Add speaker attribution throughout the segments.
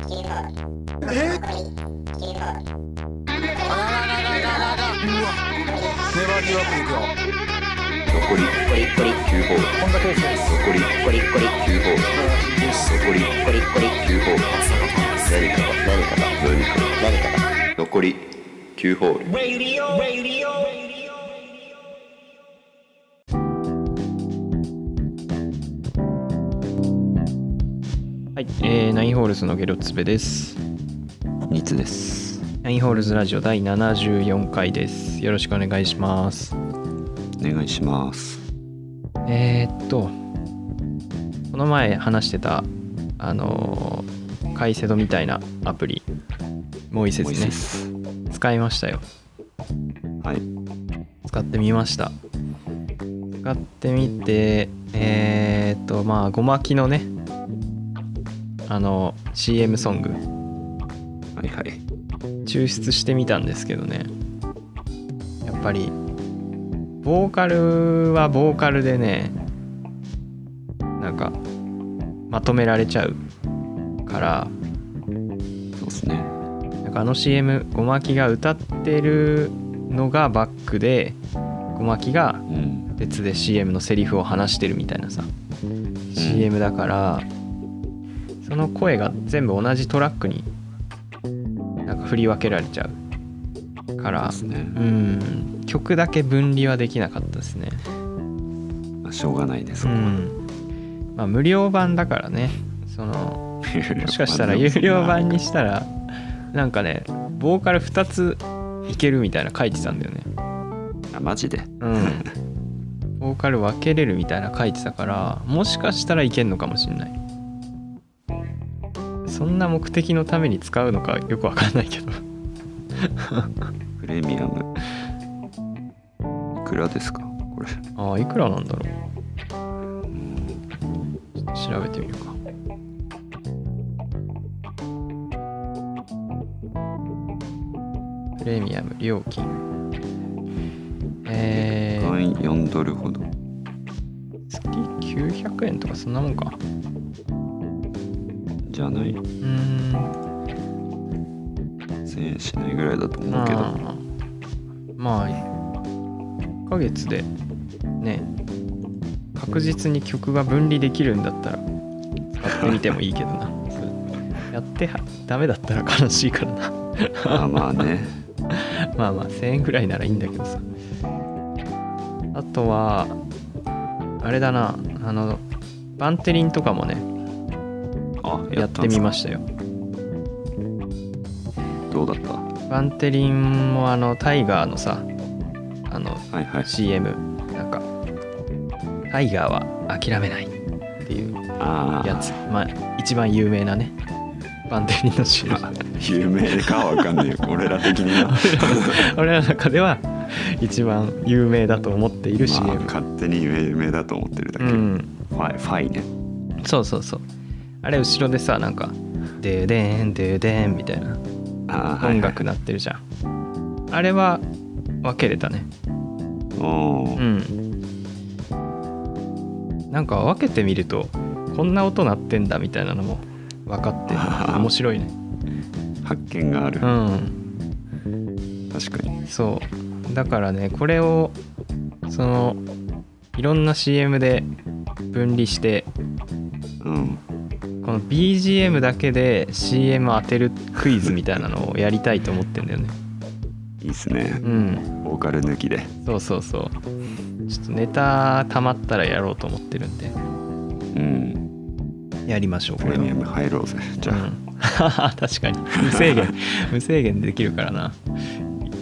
Speaker 1: えあらららららららうわ粘りよくいくよ
Speaker 2: 残り9ホール
Speaker 1: こんだけですね
Speaker 2: 残り9ホール残り9ホール何かが何かが何かが何かが残り9ホール
Speaker 3: はい、えー、ナインホールズのゲロツベです。
Speaker 2: ニツです
Speaker 3: ナインホールズラジオ第74回です。よろしくお願いします。
Speaker 2: お願いします
Speaker 3: えー、っと、この前話してた、あのー、カイセドみたいなアプリ、モイセス
Speaker 2: モイ
Speaker 3: ね
Speaker 2: セ、ス
Speaker 3: 使いましたよ。
Speaker 2: はい
Speaker 3: 使ってみました。使ってみて、えー、っと、まあ、ごまきのね、あの、CM ソング、
Speaker 2: はいはい
Speaker 3: 抽出してみたんですけどねやっぱりボーカルはボーカルでねなんかまとめられちゃうから
Speaker 2: そうですね
Speaker 3: なんかあの CM ごまきが歌ってるのがバックでごまきが
Speaker 2: うん
Speaker 3: 別で CM のセリフを話してるみたいなさ CM だからその声が全部同じトラックになんか振り分けられちゃうから
Speaker 2: ですね
Speaker 3: うん曲だけ分離はできなかったですね
Speaker 2: まあしょうがないです
Speaker 3: う
Speaker 2: ここは
Speaker 3: んまあ無料版だからねそのもしかしたら有料版にしたらなんかねボーカル2ついけるみたいな書いてたんだよね
Speaker 2: あマジで
Speaker 3: うんボーカル分けれるみたいな書いてたからもしかしたらいけんのかもしんないそんな目的のために使うのかよくわかんないけど
Speaker 2: プレミアムいくらですかこれ
Speaker 3: ああいくらなんだろうちょっと調べてみるかプレミアム料金えー、
Speaker 2: 会員4ドルほど
Speaker 3: 月900円とかそんなもんか
Speaker 2: じゃない
Speaker 3: うーん
Speaker 2: 1000円しないぐらいだと思うけど
Speaker 3: あーまあ1ヶ月でね確実に曲が分離できるんだったら使ってみてもいいけどな そうやってはダメだったら悲しいからな
Speaker 2: まあまあね
Speaker 3: まあまあ1000円ぐらいならいいんだけどさあとはあれだなあのバンテリンとかもね
Speaker 2: あ
Speaker 3: やってみましたよ
Speaker 2: すどうだったは
Speaker 3: バンテリンもあのタイガーのさあの
Speaker 2: いはい
Speaker 3: CM なんか「タイガーは諦めない」っていう
Speaker 2: ああ
Speaker 3: やつまあ一番有名なねバンテリンの CM
Speaker 2: 有名かわかんねえ俺ら的には
Speaker 3: 俺らの中では一番有名だと思っている CM、
Speaker 2: まあ勝手に有名だと思ってるだけ、
Speaker 3: う
Speaker 2: フ
Speaker 3: ん
Speaker 2: ァイファイね
Speaker 3: そうそうそうあれ後ろでさなんか「デーデーンデーデーン」みたいな
Speaker 2: あーはい
Speaker 3: 音楽なってるじゃん、あれは分けれたね
Speaker 2: おー
Speaker 3: うんなんか分けてみるとこんな音鳴ってんだみたいなのも分か って面白いね
Speaker 2: 発見がある、
Speaker 3: うん
Speaker 2: 確かに
Speaker 3: そうだからねこれをそのいろんな CM で分離して
Speaker 2: うん
Speaker 3: この BGM だけで CM 当てるクイズみたいなのをやりたいと思ってんだよね
Speaker 2: いいっすね
Speaker 3: うん
Speaker 2: ボーカル抜きで
Speaker 3: そうそうそうちょっとネタ溜まったらやろうと思ってるんで
Speaker 2: うん
Speaker 3: やりましょうこ
Speaker 2: プ
Speaker 3: れ
Speaker 2: レ
Speaker 3: は
Speaker 2: ミアム入ろうぜじゃ
Speaker 3: う
Speaker 2: あ、
Speaker 3: ん、 確かに無制限 無制限でできるからな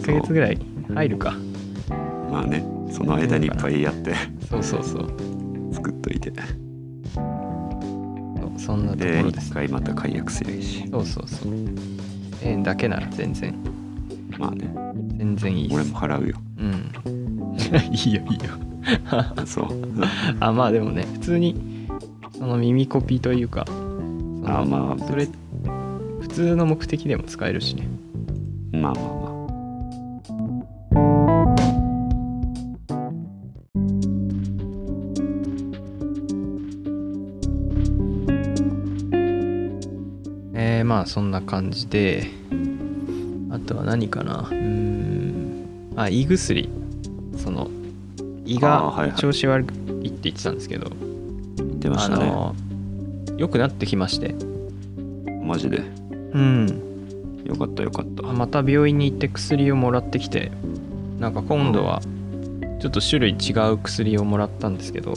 Speaker 3: 1ヶ月ぐらい入るか
Speaker 2: まあねその間にいっぱいやって
Speaker 3: そうそうそう
Speaker 2: 作っといて
Speaker 3: そそんなとこ
Speaker 2: で
Speaker 3: ろです
Speaker 2: 一回また解約するし
Speaker 3: そうそうそう1000円だけなら全然
Speaker 2: まあね
Speaker 3: 全然いいで
Speaker 2: 俺
Speaker 3: す
Speaker 2: も払うよ
Speaker 3: うん いいよいいよ
Speaker 2: そう
Speaker 3: あまあでもね普通にその耳コピーというかその
Speaker 2: あまあ
Speaker 3: それ普通の目的でも使えるしね
Speaker 2: まあまあまあ
Speaker 3: えー、まあそんな感じであとは何かなうーんあ胃薬その胃
Speaker 4: あーはい
Speaker 3: が
Speaker 4: はい
Speaker 3: 調子悪いって言ってたんですけどあ,、
Speaker 4: 出ましたね
Speaker 3: の良くなってきまして
Speaker 4: マジで
Speaker 3: うん
Speaker 4: よかったよかった
Speaker 3: あまた病院に行って薬をもらってきてなんか今度はちょっと種類違う薬をもらったんですけど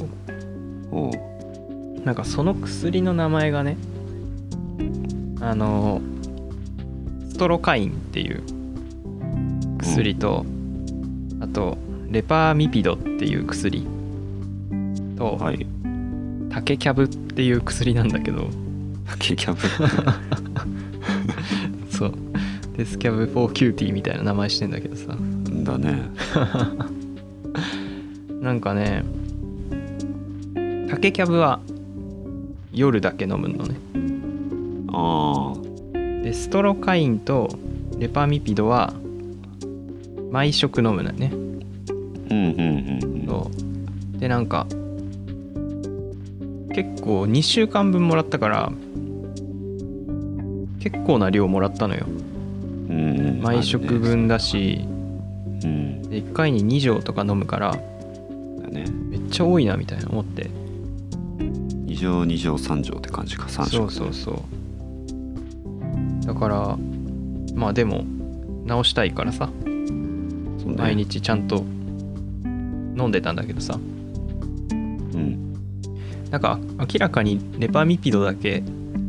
Speaker 4: おう
Speaker 3: なんかその薬の名前がねあのストロカインっていう薬と、あとレパーミピドっていう薬と、
Speaker 4: はい
Speaker 3: タケキャブっていう薬なんだけど
Speaker 4: ケキャブ
Speaker 3: そうデスキャブ4キューティーみたいな名前してんだけどさ
Speaker 4: だね
Speaker 3: なんかねタケキャブは夜だけ飲むのね
Speaker 4: あ
Speaker 3: でストロカインとレパミピドは毎食飲むのよね、
Speaker 4: ーうんうんうんうん
Speaker 3: そうでなんか結構2週間分もらったから結構な量もらったのよ
Speaker 4: うんうん
Speaker 3: 毎食分だし
Speaker 4: うん
Speaker 3: で1回に2錠とか飲むから
Speaker 4: だね
Speaker 3: めっちゃ多いなみたいな思って
Speaker 4: 2乗2乗3乗って感じか3
Speaker 3: そ
Speaker 4: 乗
Speaker 3: うそうそうだからまあでも直したいからさ
Speaker 4: そうね
Speaker 3: 毎日ちゃんと飲んでたんだけどさ
Speaker 4: うん
Speaker 3: なんか明らかにレパミピドだけ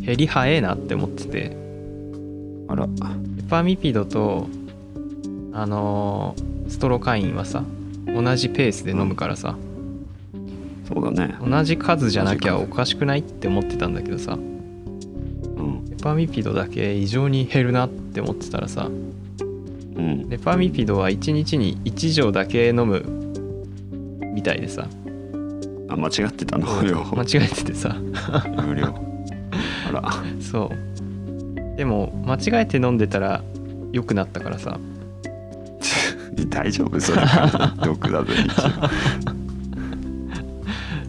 Speaker 3: 減り早えなって思ってて
Speaker 4: あら
Speaker 3: レパミピドとあのーストロカインはさ同じペースで飲むからさ
Speaker 4: そうだね
Speaker 3: 同じ数じゃなきゃおかしくないって思ってたんだけどさ
Speaker 4: うん
Speaker 3: レパミピドだけ異常に減るなって思ってたらさ
Speaker 4: うん
Speaker 3: レパミピドは1日に1錠だけ飲むみたいでさ
Speaker 4: あ間違ってたのよ
Speaker 3: 間違えててさ
Speaker 4: 無料あら
Speaker 3: そうでも間違えて飲んでたら良くなったからさ
Speaker 4: 大丈夫 それ毒だぜ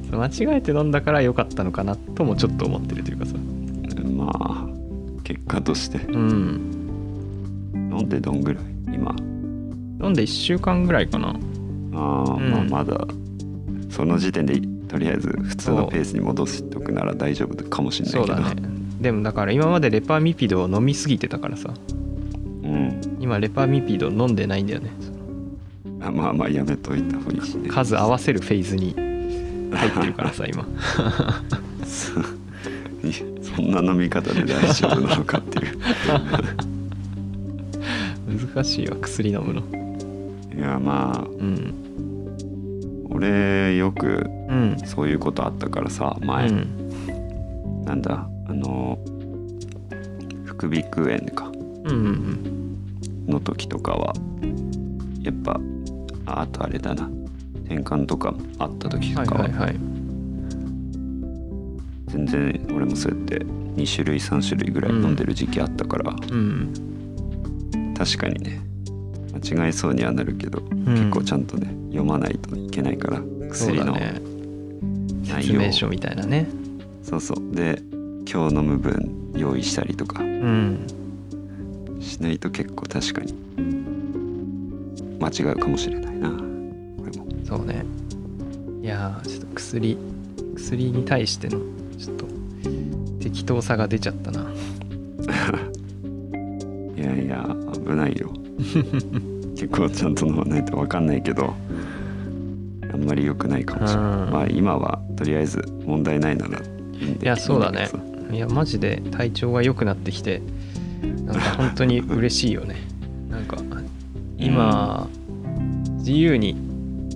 Speaker 4: 一応
Speaker 3: 間違えて飲んだから良かったのかなともちょっと思ってるというかさ
Speaker 4: まあ結果として
Speaker 3: うん
Speaker 4: 飲んでどんぐらい今
Speaker 3: 飲んで1週間ぐらいかな
Speaker 4: あー、
Speaker 3: うん
Speaker 4: まあまだその時点でとりあえず普通のペースに戻しておくなら大丈夫かもしれない
Speaker 3: そう
Speaker 4: けど
Speaker 3: だねでもだから今までレパミピドを飲みすぎてたからさ今レパミピド飲んでないんだよね
Speaker 4: うんあまあまあやめといた方がいいしね
Speaker 3: 数合わせるフェーズに入ってるからさ今
Speaker 4: そ そんな飲み方で大丈夫なのかっていう
Speaker 3: 難しいわ薬飲むの
Speaker 4: いやまあ
Speaker 3: うん
Speaker 4: 俺よく
Speaker 3: うん
Speaker 4: そういうことあったからさ前、
Speaker 3: うん
Speaker 4: なんだあの副鼻腔炎か
Speaker 3: うんうん
Speaker 4: の時とかはやっぱああとあれだな転換とかあった時
Speaker 3: は
Speaker 4: と
Speaker 3: い
Speaker 4: か
Speaker 3: はい
Speaker 4: は
Speaker 3: はい
Speaker 4: 全然俺もそうやって2種類3種類ぐらい飲んでる時期あったから、
Speaker 3: うん
Speaker 4: 確かにね間違えそうにはなるけど、結構ちゃんとね読まないといけないから
Speaker 3: そう
Speaker 4: 薬
Speaker 3: だ
Speaker 4: の
Speaker 3: ね
Speaker 4: 内
Speaker 3: 説
Speaker 4: 容
Speaker 3: 明書みたいなね
Speaker 4: そうそうで今日飲む分用意したりとか
Speaker 3: うん
Speaker 4: しないと結構確かに間違うかもしれないなこれも
Speaker 3: そうねいやーちょっと薬薬に対してのちょっと適当さが出ちゃったない
Speaker 4: やいや危ない よ結構ちゃんと飲まないと分かんないけどあんまり良くないかもしれない、
Speaker 3: うん
Speaker 4: まあ今はとりあえず問題ないならいいんで
Speaker 3: いやそうだね
Speaker 4: いいんけど
Speaker 3: いやマジで体調が良くなってきてなんか本 当に嬉しいよねなんか今、自由に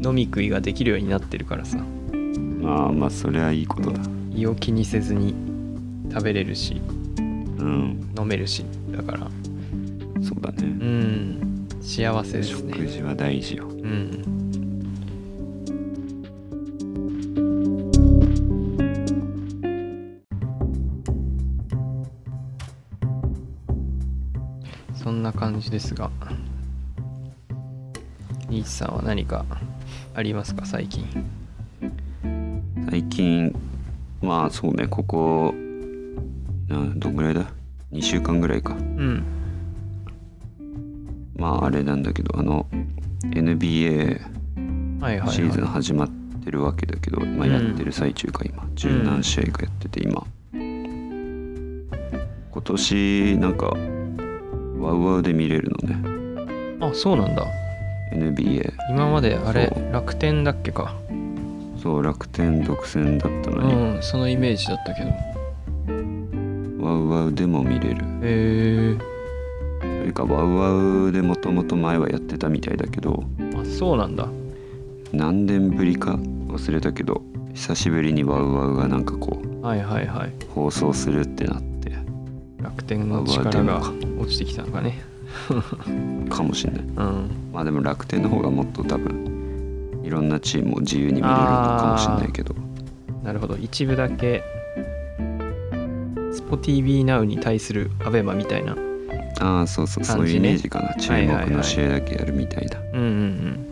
Speaker 3: 飲み食いができるようになってるからさ
Speaker 4: さまあまあそれはいいことだ
Speaker 3: 胃を気にせずに食べれるし
Speaker 4: うん
Speaker 3: 飲めるしだから
Speaker 4: そうだね
Speaker 3: うん幸せです
Speaker 4: 食
Speaker 3: ね
Speaker 4: 事は大事よ
Speaker 3: うんそんな感じですがニーチさんは何かありますか最近
Speaker 4: 最近まあそうねここなどんぐらいだ2週間ぐらいか
Speaker 3: うん
Speaker 4: まああれなんだけどあの NBA
Speaker 3: はいはい、はい、
Speaker 4: シーズン始まってるわけだけど、まあ、
Speaker 3: うん
Speaker 4: やってる最中か今十、何試合かやってて今今年なんかワウワウで見れるのね
Speaker 3: あそうなんだ
Speaker 4: NBA
Speaker 3: 今まであれ
Speaker 4: そ
Speaker 3: 楽天だっけか
Speaker 4: そう楽天独占だった
Speaker 3: う
Speaker 4: のに、
Speaker 3: んそのイメージだったけどへ
Speaker 4: ワウワウでも見れる
Speaker 3: え
Speaker 4: というかワウワウでもともと前はやってたみたいだけど
Speaker 3: あそうなんだ
Speaker 4: 何年ぶりか忘れたけど久しぶりにワウワウがなんかこう
Speaker 3: はいはいはい
Speaker 4: 放送するってなって
Speaker 3: 楽天の力
Speaker 4: あ
Speaker 3: が
Speaker 4: まあで
Speaker 3: 落ちてきたのかね
Speaker 4: かもしれない
Speaker 3: うん
Speaker 4: まあでも楽天の方がもっと多分いろんなチームを自由に見れるのかもしれないけど
Speaker 3: なるほど一部だけ SpoTVNow に対する ABEMA みたいなうん
Speaker 4: ああそうそう
Speaker 3: 感
Speaker 4: そうい
Speaker 3: じね
Speaker 4: うイメージかな注
Speaker 3: はいはいはい
Speaker 4: 目の試合だけやるみたいな、
Speaker 3: うんうん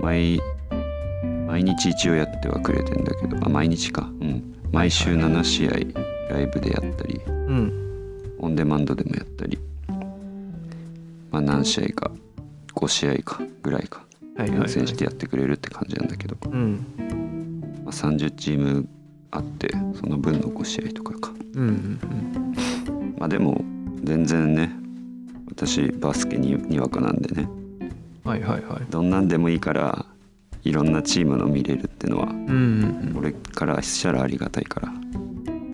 Speaker 4: 毎毎日一応やってはくれてんだけどあ毎日かうん毎週7試合ライブでやったり
Speaker 3: うん
Speaker 4: オンデマンドでもやったりまあ何試合か5試合かぐらいか
Speaker 3: はいはい、は
Speaker 4: 厳選し
Speaker 3: い
Speaker 4: てやってくれるって感じなんだけど、
Speaker 3: うん、
Speaker 4: まあ、30チームあってその分の5試合とかか
Speaker 3: うんうん
Speaker 4: まあでも全然ね私バスケににわかなんでね
Speaker 3: うんはいはいはい
Speaker 4: どんなんでもいいからいろんなチームの見れるってのは
Speaker 3: うんうん
Speaker 4: 俺からしたらありがたいから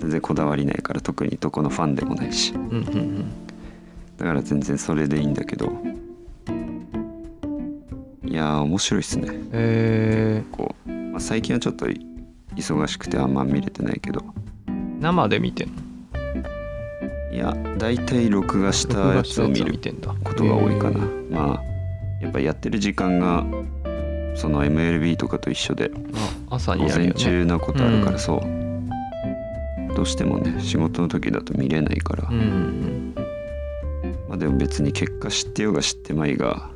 Speaker 4: 全然こだわりないから特にどこのファンでもないし
Speaker 3: うんうんうん
Speaker 4: だから全然それでいいんだけどいやー面白いっすね
Speaker 3: え
Speaker 4: こう、まあ、最近はちょっと忙しくてあんま見れてないけど
Speaker 3: ー、生で見てんの
Speaker 4: いや大体録画した
Speaker 3: 録
Speaker 4: や
Speaker 3: 画し
Speaker 4: つ
Speaker 3: た
Speaker 4: を
Speaker 3: やつ
Speaker 4: 見
Speaker 3: を
Speaker 4: る
Speaker 3: 見てんだ
Speaker 4: ことが多いかな、
Speaker 3: へー
Speaker 4: まあやっぱやってる時間がその MLB とかと一緒で
Speaker 3: あ朝
Speaker 4: 午
Speaker 3: にやる
Speaker 4: 前
Speaker 3: よね
Speaker 4: 中なことあるか
Speaker 3: う
Speaker 4: ら
Speaker 3: ん
Speaker 4: そう、どうしてもね仕事の時だと見れないから、
Speaker 3: うんうん
Speaker 4: まあでも別に結果知ってようが知ってまいが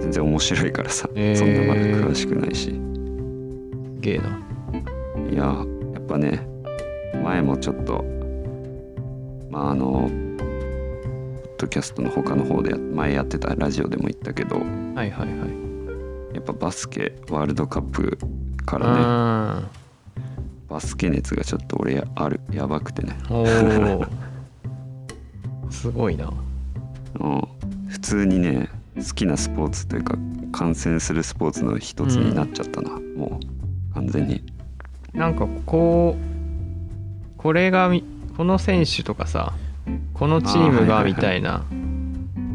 Speaker 4: 全然面白いからさ、
Speaker 3: へー
Speaker 4: そんなまだ詳しくないし
Speaker 3: うんゲーない
Speaker 4: ややっぱね前もちょっとまああのポッドキャストの他の方で前やってたラジオでも言ったけど
Speaker 3: はいはいはい
Speaker 4: やっぱバスケワールドカップからね
Speaker 3: ああ
Speaker 4: バスケ熱がちょっと俺やあるやばくてね、
Speaker 3: おーすごいな
Speaker 4: うん、普通にね好きなスポーツというか観戦するスポーツの一つになっちゃったな、もう完全に
Speaker 3: なんかこうこれがみこの選手とかさこのチーム
Speaker 4: あーはいはいは
Speaker 3: が
Speaker 4: い
Speaker 3: みたいな、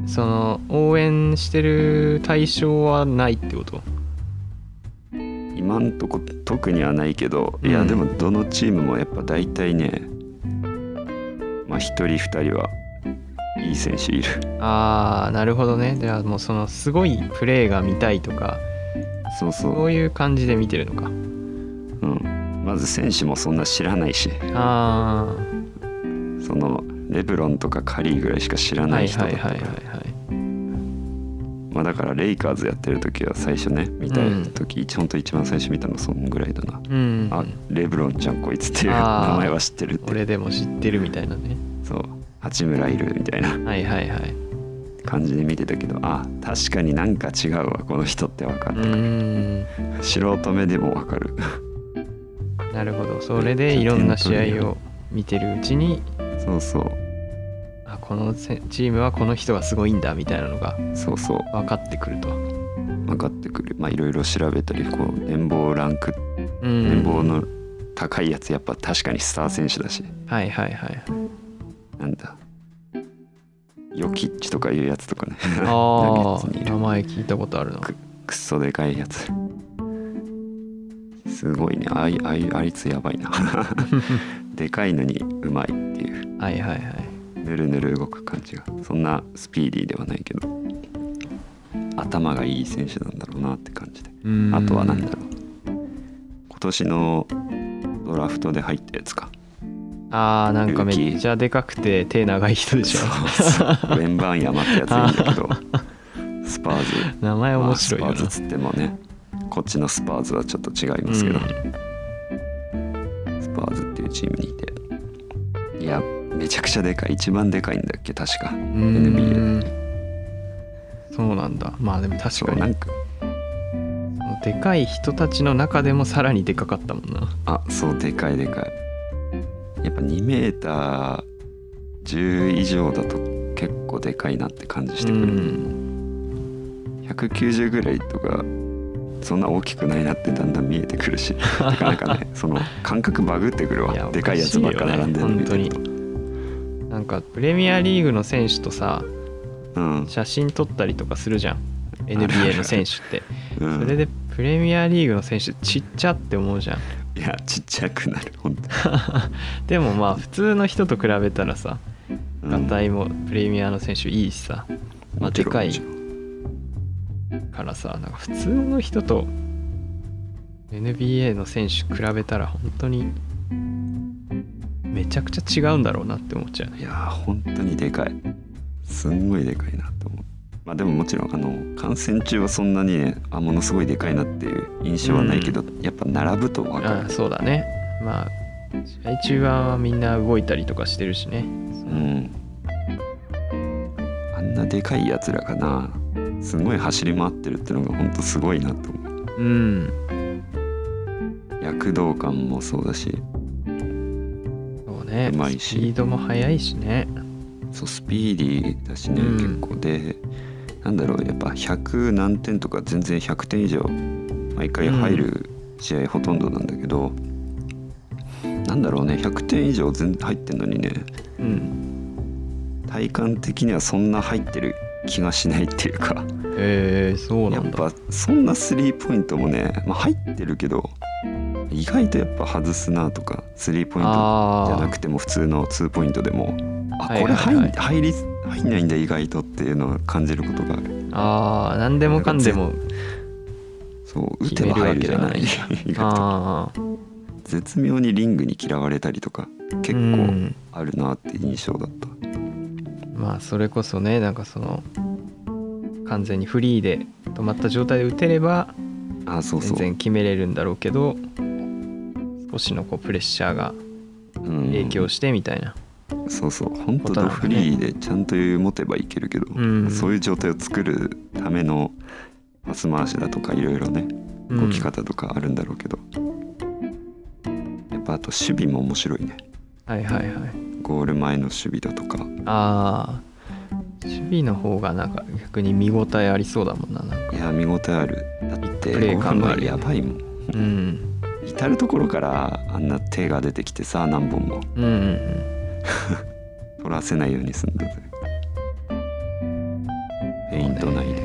Speaker 3: その応援してる対象はないってこと
Speaker 4: 今んとこ特にはないけど、いうや
Speaker 3: ん
Speaker 4: でもどのチームもやっぱ大体ねまあ1人2人はいい選手いる
Speaker 3: ああなるほどねじゃあもうそのすごいプレーが見たいとか
Speaker 4: そうそ
Speaker 3: そういう感じで見てるのか
Speaker 4: う、うん、まず選手もそんな知らないし
Speaker 3: あ
Speaker 4: そのレブロンとかカリーぐらいしか知ら
Speaker 3: あ
Speaker 4: な
Speaker 3: はいい
Speaker 4: 人だ
Speaker 3: は
Speaker 4: っ
Speaker 3: い
Speaker 4: たか
Speaker 3: はいはい
Speaker 4: ら
Speaker 3: はい
Speaker 4: まあだからレイカーズやってる時は最初ね見た時、ほんと一番最初見たのそんぐらいだな、
Speaker 3: うん
Speaker 4: あレブロンちゃんこいつっていう
Speaker 3: あー
Speaker 4: 名前は知ってるって
Speaker 3: 俺でも知ってるみたいなね
Speaker 4: そう八村いるみたいな
Speaker 3: はいはいはい
Speaker 4: 感じで見てたけどあ確かになんか違うわこの人って分か
Speaker 3: う
Speaker 4: る、
Speaker 3: ーん
Speaker 4: 素人目でも分かる
Speaker 3: なるほどそれでいろんな試合を見てるうちに
Speaker 4: そうそう
Speaker 3: あこのせチームはこの人がすごいんだみたいなのが
Speaker 4: そうそう
Speaker 3: 分かってくると。
Speaker 4: 分かってくるまあいろいろ調べたりこう年俸ランク
Speaker 3: う
Speaker 4: 年
Speaker 3: ん、
Speaker 4: 俸の高いやつやっぱ確かにスター選手だし
Speaker 3: はいは いはい。
Speaker 4: なんだヨキッチとかいうやつとかね
Speaker 3: あ
Speaker 4: ナゲッツにい
Speaker 3: あ
Speaker 4: る
Speaker 3: 名前聞いたことあ るな。
Speaker 4: くくっそでかいやつすごいねあいあいあいつやばいな でかいのにうまいっていう
Speaker 3: はいはいはい。
Speaker 4: ぬるぬる動く感じがそんなスピーディーではないけど頭がいい選手なんだろうなって感じで
Speaker 3: うーん
Speaker 4: あとは何だろう今年のドラフトで入ったやつか
Speaker 3: ああなんかめっちゃでかくて手長い人でしょ。
Speaker 4: そうウェンバン山ってやついいんだけどスパーズ
Speaker 3: 名前 面白いよ
Speaker 4: まあ、
Speaker 3: な
Speaker 4: スパーズっつってもねこっちのスパーズはちょっと違いますけど、スパーズっていうチームにいていやめちゃくちゃでかい一番でかいんだっけ確か
Speaker 3: うーんそうなんだまあでも確
Speaker 4: そ
Speaker 3: か
Speaker 4: うな
Speaker 3: に
Speaker 4: んか
Speaker 3: でかい人たちの中でもさらにでかかったもんな
Speaker 4: あそうでかいでかいやっぱ2メーター10以上だと結構でかいなって感じしてくる、
Speaker 3: うん
Speaker 4: 190ぐらいとかそんな大きくないなってだんだん見えてくるしなかなか ねその感覚バグってくる
Speaker 3: いや
Speaker 4: わでかいやつばっか並んでるの見てる
Speaker 3: おかしい
Speaker 4: と、
Speaker 3: なんかプレミアリーグの選手とさ
Speaker 4: うん
Speaker 3: 写真撮ったりとかするじゃん NBA の選手って
Speaker 4: うん、
Speaker 3: それでプレミアリーグの選手ちっちゃって思うじゃん
Speaker 4: いやちっちゃくなる本当に
Speaker 3: でもまあ普通の人と比べたらさ
Speaker 4: うん
Speaker 3: ガタイもプレミアの選手いいしさ、まあ、
Speaker 4: もち
Speaker 3: で
Speaker 4: ろん
Speaker 3: か
Speaker 4: も
Speaker 3: い
Speaker 4: ちろん
Speaker 3: からさなんか普通の人と NBA の選手比べたら本当にめちゃくちゃ違うんだろうなって思っちゃうね
Speaker 4: いやー本当にでかいすんごいでかいなと思うまあでももちろんあの感染中はそんなにねあものすごいでかいなっていう印象はないけど、やっぱ並ぶと分か
Speaker 3: ああ
Speaker 4: る
Speaker 3: そうだねまあ試合中はみんな動いたりとかしてるしね
Speaker 4: うんあんなでかいやつらがなすごい走り回ってるってのが本当すごいなと思う
Speaker 3: うん
Speaker 4: 躍動感もそうだし
Speaker 3: そうね
Speaker 4: うまいし
Speaker 3: スピードも速いしね
Speaker 4: そうスピーディーだしね、
Speaker 3: うん
Speaker 4: 結構でなんだろうやっぱ100何点とか全然100点以上毎回入る試合ほとんどなんだけど、なんだろうね100点以上全入ってんのにね
Speaker 3: うん
Speaker 4: 体感的にはそんな入ってる気がしないっていうか
Speaker 3: へえそうな
Speaker 4: やっ
Speaker 3: んだ
Speaker 4: ぱそんなスリーポイントもね、まあ、入ってるけど意外とやっぱ外すなとかスリーポイントじゃな
Speaker 3: あ
Speaker 4: くても普通の2ポイントでもあ
Speaker 3: はい
Speaker 4: これ
Speaker 3: はい
Speaker 4: 入,、
Speaker 3: はい
Speaker 4: 入り入んないんだ意外とっていうのを感じることがある
Speaker 3: ーあー何でもかんでも
Speaker 4: そう打てば入るじゃない
Speaker 3: 決
Speaker 4: 意外と
Speaker 3: ああ
Speaker 4: 絶妙にリングに嫌われたりとか結
Speaker 3: う
Speaker 4: 構
Speaker 3: ん
Speaker 4: あるなって印象だった、
Speaker 3: まあそれこそねなんかその完全にフリーで止まった状態で打てれば
Speaker 4: あそうそ
Speaker 3: 全
Speaker 4: う、
Speaker 3: 然決めれるんだろうけど少しのこうプレッシャーが
Speaker 4: うん、
Speaker 3: 影響してみたいな、
Speaker 4: そうそう本当
Speaker 3: ことな
Speaker 4: ド
Speaker 3: んだね
Speaker 4: フリーでちゃんと余裕持てばいけるけど、
Speaker 3: うん
Speaker 4: そういう状態を作るためのパス回しだとかいろいろね
Speaker 3: うん
Speaker 4: 動き方とかあるんだろうけど、やっぱあと守備も面白いね
Speaker 3: はいはいはい
Speaker 4: ゴール前の守備だとか
Speaker 3: ああ守備の方がなんか逆に見応えありそうだもんななんか
Speaker 4: いや見応えあるだって
Speaker 3: プレー感がある
Speaker 4: や
Speaker 3: よね
Speaker 4: ばいもん
Speaker 3: うん
Speaker 4: 至る所からあんな手が出てきてさ何本も
Speaker 3: うんうんうん
Speaker 4: 取らせないようにすんだぜフェイント内で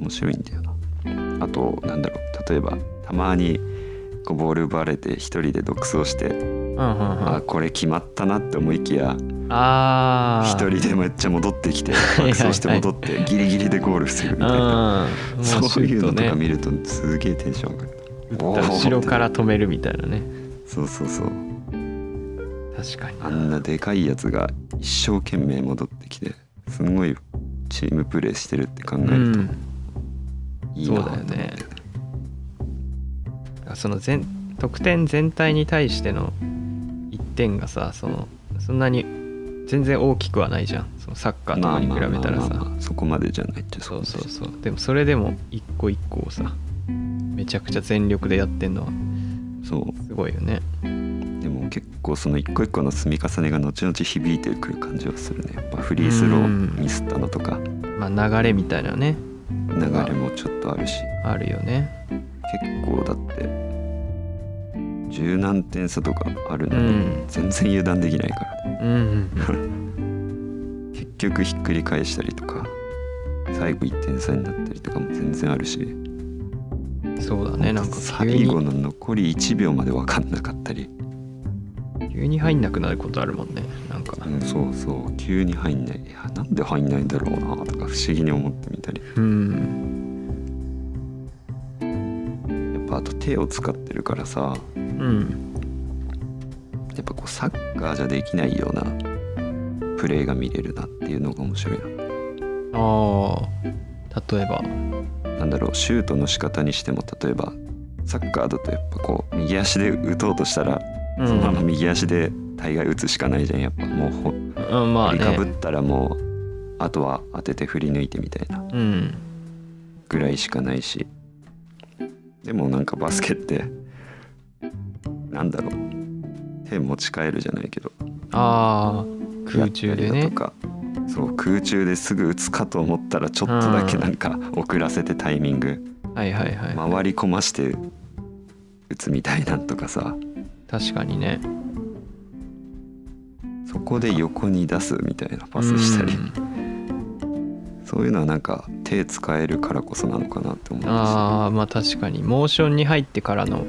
Speaker 4: 面白いんだよなあとなんだろう例えばたまにこうボール奪われて一人で独走して
Speaker 3: うんうんうん
Speaker 4: あこれ決まったなって思いきや
Speaker 3: ああ
Speaker 4: 一人でめっちゃ戻ってきて
Speaker 3: いはい
Speaker 4: 爆走して戻ってギリギリでゴールするみたいな
Speaker 3: うん
Speaker 4: そういうのと
Speaker 3: ね
Speaker 4: か見るとすげえテンション上がる
Speaker 3: 打った後ろから止めるみたいなね
Speaker 4: そうそうそう
Speaker 3: 確かに
Speaker 4: あんなでかいやつが一生懸命戻ってきてすんごいチームプレーしてるって考え
Speaker 3: う
Speaker 4: ると
Speaker 3: ん
Speaker 4: いいな
Speaker 3: そう
Speaker 4: と思
Speaker 3: だよ
Speaker 4: って、
Speaker 3: ねその全得点全体に対しての1点がさそのそんなに全然大きくはないじゃんそのサッカーと
Speaker 4: ま
Speaker 3: か
Speaker 4: あ
Speaker 3: に
Speaker 4: まあ
Speaker 3: 比べたら
Speaker 4: まあまあ
Speaker 3: さ
Speaker 4: まあそこまでじゃないって
Speaker 3: そう
Speaker 4: こまで
Speaker 3: そうそうでもそれでも一個一個をさめちゃくちゃ全力でやってんのは
Speaker 4: そう
Speaker 3: すごいよね
Speaker 4: でも結構その一個一個の積み重ねが後々響いてくる感じはするねやっぱフリースロ
Speaker 3: うん
Speaker 4: ーミスったのとか
Speaker 3: まあ流れみたいなね
Speaker 4: 流れもちょっとあるし
Speaker 3: あるよね
Speaker 4: 結構だって十何点差とかある
Speaker 3: う
Speaker 4: のに
Speaker 3: ん
Speaker 4: 全然油断できないから
Speaker 3: うんうん
Speaker 4: 結局ひっくり返したりとか最後1点差になったりとかも全然あるし
Speaker 3: うんそうだねなんか急
Speaker 4: 最後
Speaker 3: に
Speaker 4: の残り1秒まで分かんなかったり、
Speaker 3: 急に入んなくなることあるもんねなんか
Speaker 4: うん、そうそう急に入んないいやなんで入んないんだろうなとか不思議に思ってみたり
Speaker 3: うん
Speaker 4: やっぱあと手を使ってるからさ
Speaker 3: うん
Speaker 4: やっぱこうサッカーじゃできないようなプレーが見れるなっていうのが面白い
Speaker 3: ああ例えば
Speaker 4: ななんだろうシュートの仕方にしても例えばサッカーだとやっぱこう右足で打とうとしたら
Speaker 3: うん
Speaker 4: そのまま右足で大概打つしかないじゃんやっぱもうほ
Speaker 3: うんまあ
Speaker 4: 振りかぶっ
Speaker 3: ね
Speaker 4: たらもうあとは当てて振り抜いてみたいな
Speaker 3: うん
Speaker 4: ぐらいしかないしでもなんかバスケってなんだろう手持ち帰るじゃないけど
Speaker 3: あー空中で
Speaker 4: やった
Speaker 3: ね
Speaker 4: りだとかそう空中ですぐ打つかと思ったらちょっとだけなんか遅らせてタイミング
Speaker 3: はいはいはい、
Speaker 4: 回り込まして打つみたいなんとかさ
Speaker 3: 確かにね
Speaker 4: そこで横に出すみたいなパスしたり
Speaker 3: うん
Speaker 4: そういうのはなんか手使えるからこそなのかなって思う
Speaker 3: ああまあ確かにモーションに入ってからの
Speaker 4: し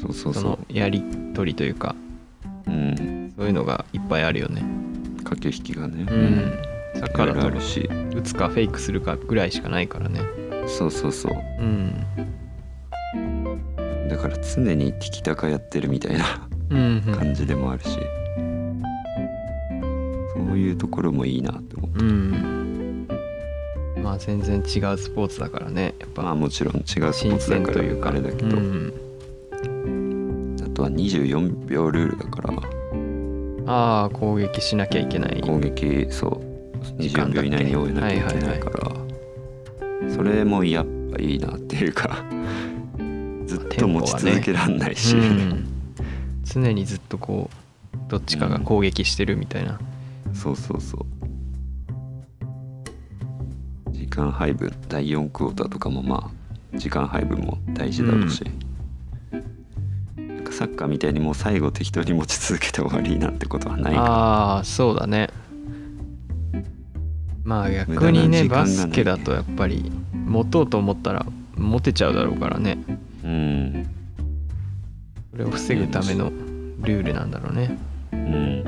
Speaker 4: そうそう
Speaker 3: そ
Speaker 4: そ
Speaker 3: のやり取りというか
Speaker 4: う、うん、
Speaker 3: そういうのがいっぱいあるよね
Speaker 4: 駆け引きがね、
Speaker 3: うんサッカ
Speaker 4: いろい
Speaker 3: ー
Speaker 4: ろ
Speaker 3: だ
Speaker 4: あ
Speaker 3: と
Speaker 4: るし
Speaker 3: 打つかフェイクするかぐらいしかないからね
Speaker 4: そうそうそう
Speaker 3: うん
Speaker 4: だから常にティキタカやってるみたいな
Speaker 3: うん
Speaker 4: 感じでもあるし、そういうところもいいなって思う
Speaker 3: うんうんまあ全然違うスポーツだからねやっ
Speaker 4: まあ
Speaker 3: ぱ
Speaker 4: もちろん違うスポー
Speaker 3: 新
Speaker 4: ツだ
Speaker 3: 鮮
Speaker 4: か
Speaker 3: という
Speaker 4: ら
Speaker 3: か
Speaker 4: あれだけど、
Speaker 3: うん
Speaker 4: あとは24秒ルールだから
Speaker 3: ああ攻撃しなきゃいけない
Speaker 4: 攻撃そう
Speaker 3: 時間
Speaker 4: 20
Speaker 3: だ
Speaker 4: 秒
Speaker 3: っ
Speaker 4: 以内
Speaker 3: け
Speaker 4: に終えなきゃいけないから、それもやっぱいいなっていうか ずっと持ち続けらんないし、
Speaker 3: うん常にずっとこうどっちかが攻撃してるみたいな、
Speaker 4: そうそうそう時間配分第4クォーターとかもまあ時間配分も大事だろうし、なんかサッカーみたいにもう最後適当に持ち続けて終わりなんてことはないから
Speaker 3: ああそうだねまあ逆にね
Speaker 4: 無駄な
Speaker 3: バ
Speaker 4: 時間がない
Speaker 3: スケだとやっぱり持とうと思ったら持てちゃうだろうからね
Speaker 4: うん
Speaker 3: それを防ぐためのルールなんだろうね
Speaker 4: うん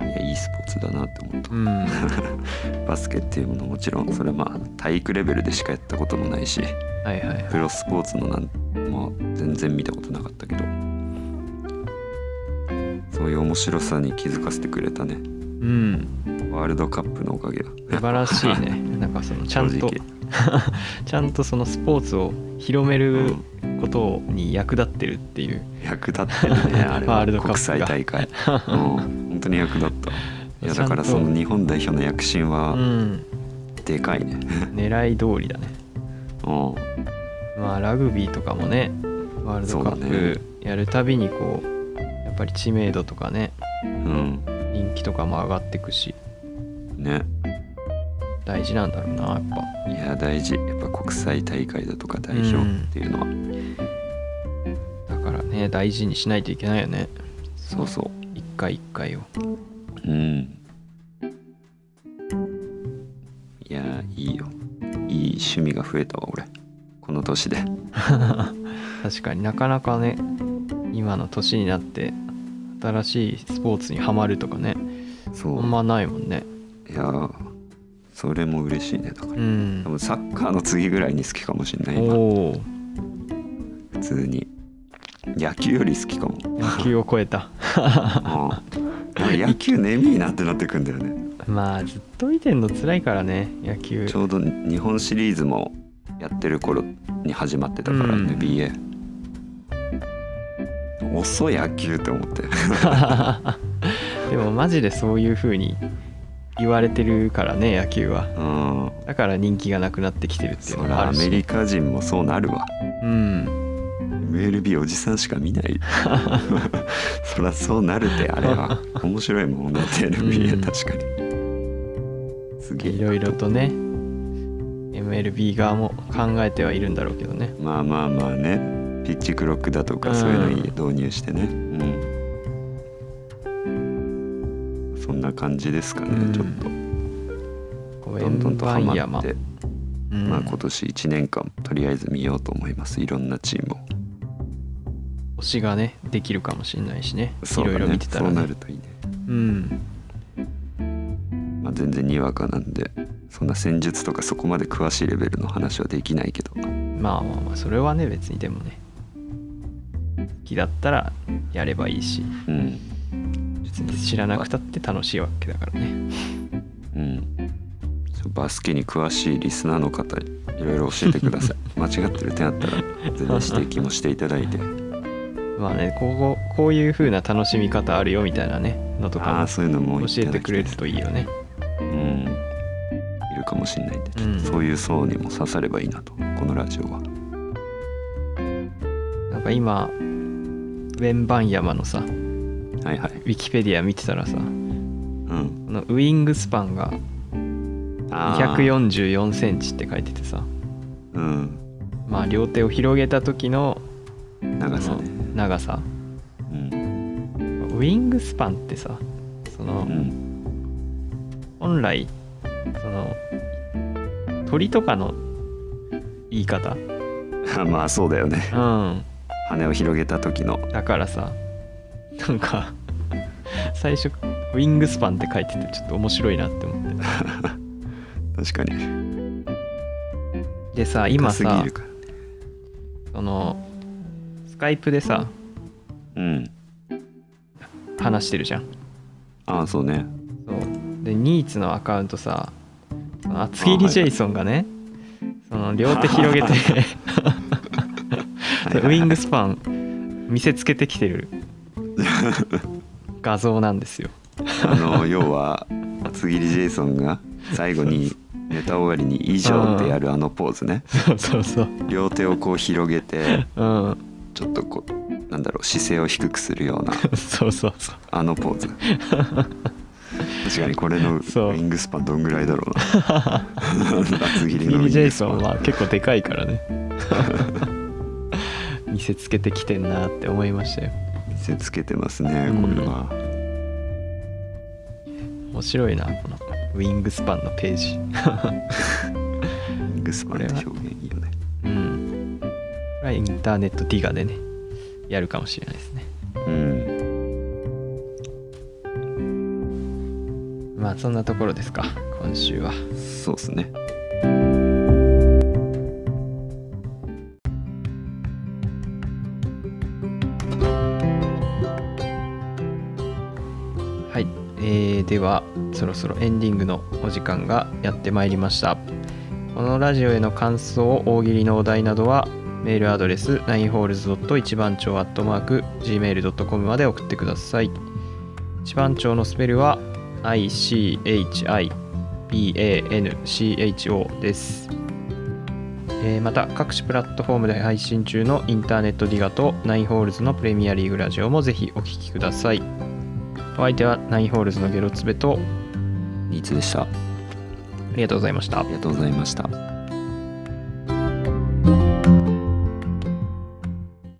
Speaker 4: いやいいスポーツだなって思うと
Speaker 3: うんは
Speaker 4: バスケっていうものもちろんそれはまあ体育レベルでしかやったこともないし
Speaker 3: いはいはい
Speaker 4: プロスポーツのなんもう全然見たことなかったけどそういう面白さに気づかせてくれたね
Speaker 3: うん
Speaker 4: ワールドカップのおかげだ
Speaker 3: 素晴らしいねなんかそのちゃんと
Speaker 4: 正
Speaker 3: ちゃんとそのスポーツを広めることに役立ってるっていう
Speaker 4: 役立ってる ねあれは
Speaker 3: ワールドカップが
Speaker 4: 国際大会うん本当に役立ったいや
Speaker 3: ちゃ
Speaker 4: だ
Speaker 3: んと
Speaker 4: からその日本代表の躍進
Speaker 3: う
Speaker 4: は
Speaker 3: ん
Speaker 4: でかいね
Speaker 3: 狙い通りだね
Speaker 4: うん
Speaker 3: まあラグビーとかもねワールドカ
Speaker 4: そうだね
Speaker 3: ップやるたびにこうやっぱり知名度とかね
Speaker 4: うん
Speaker 3: 人気とかも上がってくし
Speaker 4: ね
Speaker 3: 大事なんだろうなやっぱ
Speaker 4: いや大事やっぱ国際大会だとか代表っていうのは、
Speaker 3: だからね大事にしないといけないよね
Speaker 4: そうそ
Speaker 3: 一回一回を
Speaker 4: ううんいやいいよいい趣味が増えたわ俺この年で
Speaker 3: 確かになかなかね今の年になって新しいスポーツにはまるとかね
Speaker 4: そう、
Speaker 3: あんまないもんね
Speaker 4: いやーそれも嬉しいねだから、
Speaker 3: うん
Speaker 4: 多分サッカーの次ぐらいに好きかもしんない今
Speaker 3: おお
Speaker 4: 普通に野球より好き かも
Speaker 3: 野球を超えた
Speaker 4: うんなんか野球眠いなってなってくんだよね
Speaker 3: まあずっと見てんの辛いからね野球
Speaker 4: ちょうど日本シリーズもやってる頃に始まってたから、
Speaker 3: うん
Speaker 4: NBA 遅い野球って思って
Speaker 3: でもマジでそういう風に言われてるからね野球は
Speaker 4: うん
Speaker 3: だから人気がなくなってきてるっていう
Speaker 4: そ
Speaker 3: のも
Speaker 4: ら
Speaker 3: あ
Speaker 4: ア
Speaker 3: るし
Speaker 4: メリカ人もそうなるわ
Speaker 3: うん
Speaker 4: MLB おじさんしか見ない そらそうなるてあれ は面白いもんだって NBA
Speaker 3: うん
Speaker 4: 確かにすげ
Speaker 3: い
Speaker 4: え
Speaker 3: ろいろとね MLB 側も考えてはいるんだろうけどね
Speaker 4: まあまあまあねピッチクロックだとかそういうのに導入してねうんそんな感じですかね、
Speaker 3: うん
Speaker 4: ちょっと
Speaker 3: こう
Speaker 4: どんどんとハ
Speaker 3: 円盤
Speaker 4: マ
Speaker 3: 山
Speaker 4: って、
Speaker 3: うん
Speaker 4: まあ、今年1年間とりあえず見ようと思いますいろんなチームを
Speaker 3: 推しがねできるかもしれないしねい
Speaker 4: そう
Speaker 3: ろ
Speaker 4: だ
Speaker 3: いろ
Speaker 4: ね
Speaker 3: 見てた
Speaker 4: そ
Speaker 3: ら、
Speaker 4: うな
Speaker 3: ね
Speaker 4: るといいね、
Speaker 3: うん、
Speaker 4: まあ、全然にわかなんでそんな戦術とかそこまで詳しいレベルの話はできないけど
Speaker 3: まあまあまあそれはね別にでもね好きだったらやればいいし
Speaker 4: うん
Speaker 3: 別に知らなくたって楽しいわけだからね
Speaker 4: うんそうバスケに詳しいリスナーの方いろいろ教えてくださ い間違ってる点あったら全然指摘もしていただいて
Speaker 3: まあねこここういう風な楽しみ方あるよみたいなねのと
Speaker 4: ああ
Speaker 3: か
Speaker 4: そういうのも
Speaker 3: も教えてくれ
Speaker 4: いた
Speaker 3: る
Speaker 4: だき
Speaker 3: といいよね
Speaker 4: たいですねうんいるかもしれないんで、
Speaker 3: うん
Speaker 4: そういう層にも刺さればいいなとこのラジオは
Speaker 3: なんか今ウェンバン山のさウ
Speaker 4: はいはい
Speaker 3: ィキペディア見てたらさ
Speaker 4: う
Speaker 3: こ
Speaker 4: ん
Speaker 3: のウイングスパンが
Speaker 4: あー
Speaker 3: 2 4 4センチって書いててさ
Speaker 4: うん
Speaker 3: まあ両手を広げた時の
Speaker 4: 長さね
Speaker 3: その長さ
Speaker 4: うん
Speaker 3: ウイングスパンってさその
Speaker 4: うん
Speaker 3: 本来その鳥とかの言い方
Speaker 4: まあそうだよね
Speaker 3: うん
Speaker 4: 羽を広げた時の
Speaker 3: だからさなんか最初ウィングスパンって書いててちょっと面白いなって思って
Speaker 4: 確かに
Speaker 3: でさ今
Speaker 4: 高すぎ
Speaker 3: さ
Speaker 4: るから
Speaker 3: そのスカイプでさ
Speaker 4: うん
Speaker 3: 話してるじゃん
Speaker 4: ああそうね
Speaker 3: そうでニーツのアカウントさその厚切りジェイソンがね、その両手広げて
Speaker 4: はい
Speaker 3: そ
Speaker 4: は
Speaker 3: う
Speaker 4: い
Speaker 3: ウィングスパン見せつけてき てる画像なんですよ
Speaker 4: あの要は厚切りジェイソンが最後にネタ終わりに「以上」ってやるあのポーズね
Speaker 3: そうそうそう
Speaker 4: 両手をこう広げて
Speaker 3: うん
Speaker 4: ちょっとこうなんだろう姿勢を低くするような
Speaker 3: そうそうそう
Speaker 4: あのポーズ確かにこれのウ
Speaker 3: そう
Speaker 4: ィングスパンどんぐらいだろうな厚切り
Speaker 3: ミ
Speaker 4: のウィン
Speaker 3: ニ
Speaker 4: グ
Speaker 3: ジェイ
Speaker 4: スパ
Speaker 3: ソ
Speaker 4: ン
Speaker 3: ンは結構でかいからね 見せつけてきてんなって思いましたよ
Speaker 4: 見せつけてますねこれは、
Speaker 3: 面白いなこのウィングスパンのページ
Speaker 4: ウィングスパンって表現いいよね
Speaker 3: うんこれはインターネットディガでねやるかもしれないですね
Speaker 4: うん
Speaker 3: まあそんなところですか今週は
Speaker 4: そうっすね
Speaker 3: はい、えーではそろそろエンディングのお時間がやってまいりましたこのラジオへの感想大喜利のお題などはメールアドレス 9holes. 一番町 .gmail.com まで送ってください一番町のスペルは ICHIBANCHO ですえーまた各種プラットフォームで配信中のインターネットディガと9ホールズのプレミアリーグラジオもぜひお聴きくださいお相手はナインホールズのゲロツベと
Speaker 4: ニーツでしたあ
Speaker 3: ありがとうございました
Speaker 4: りがとうございました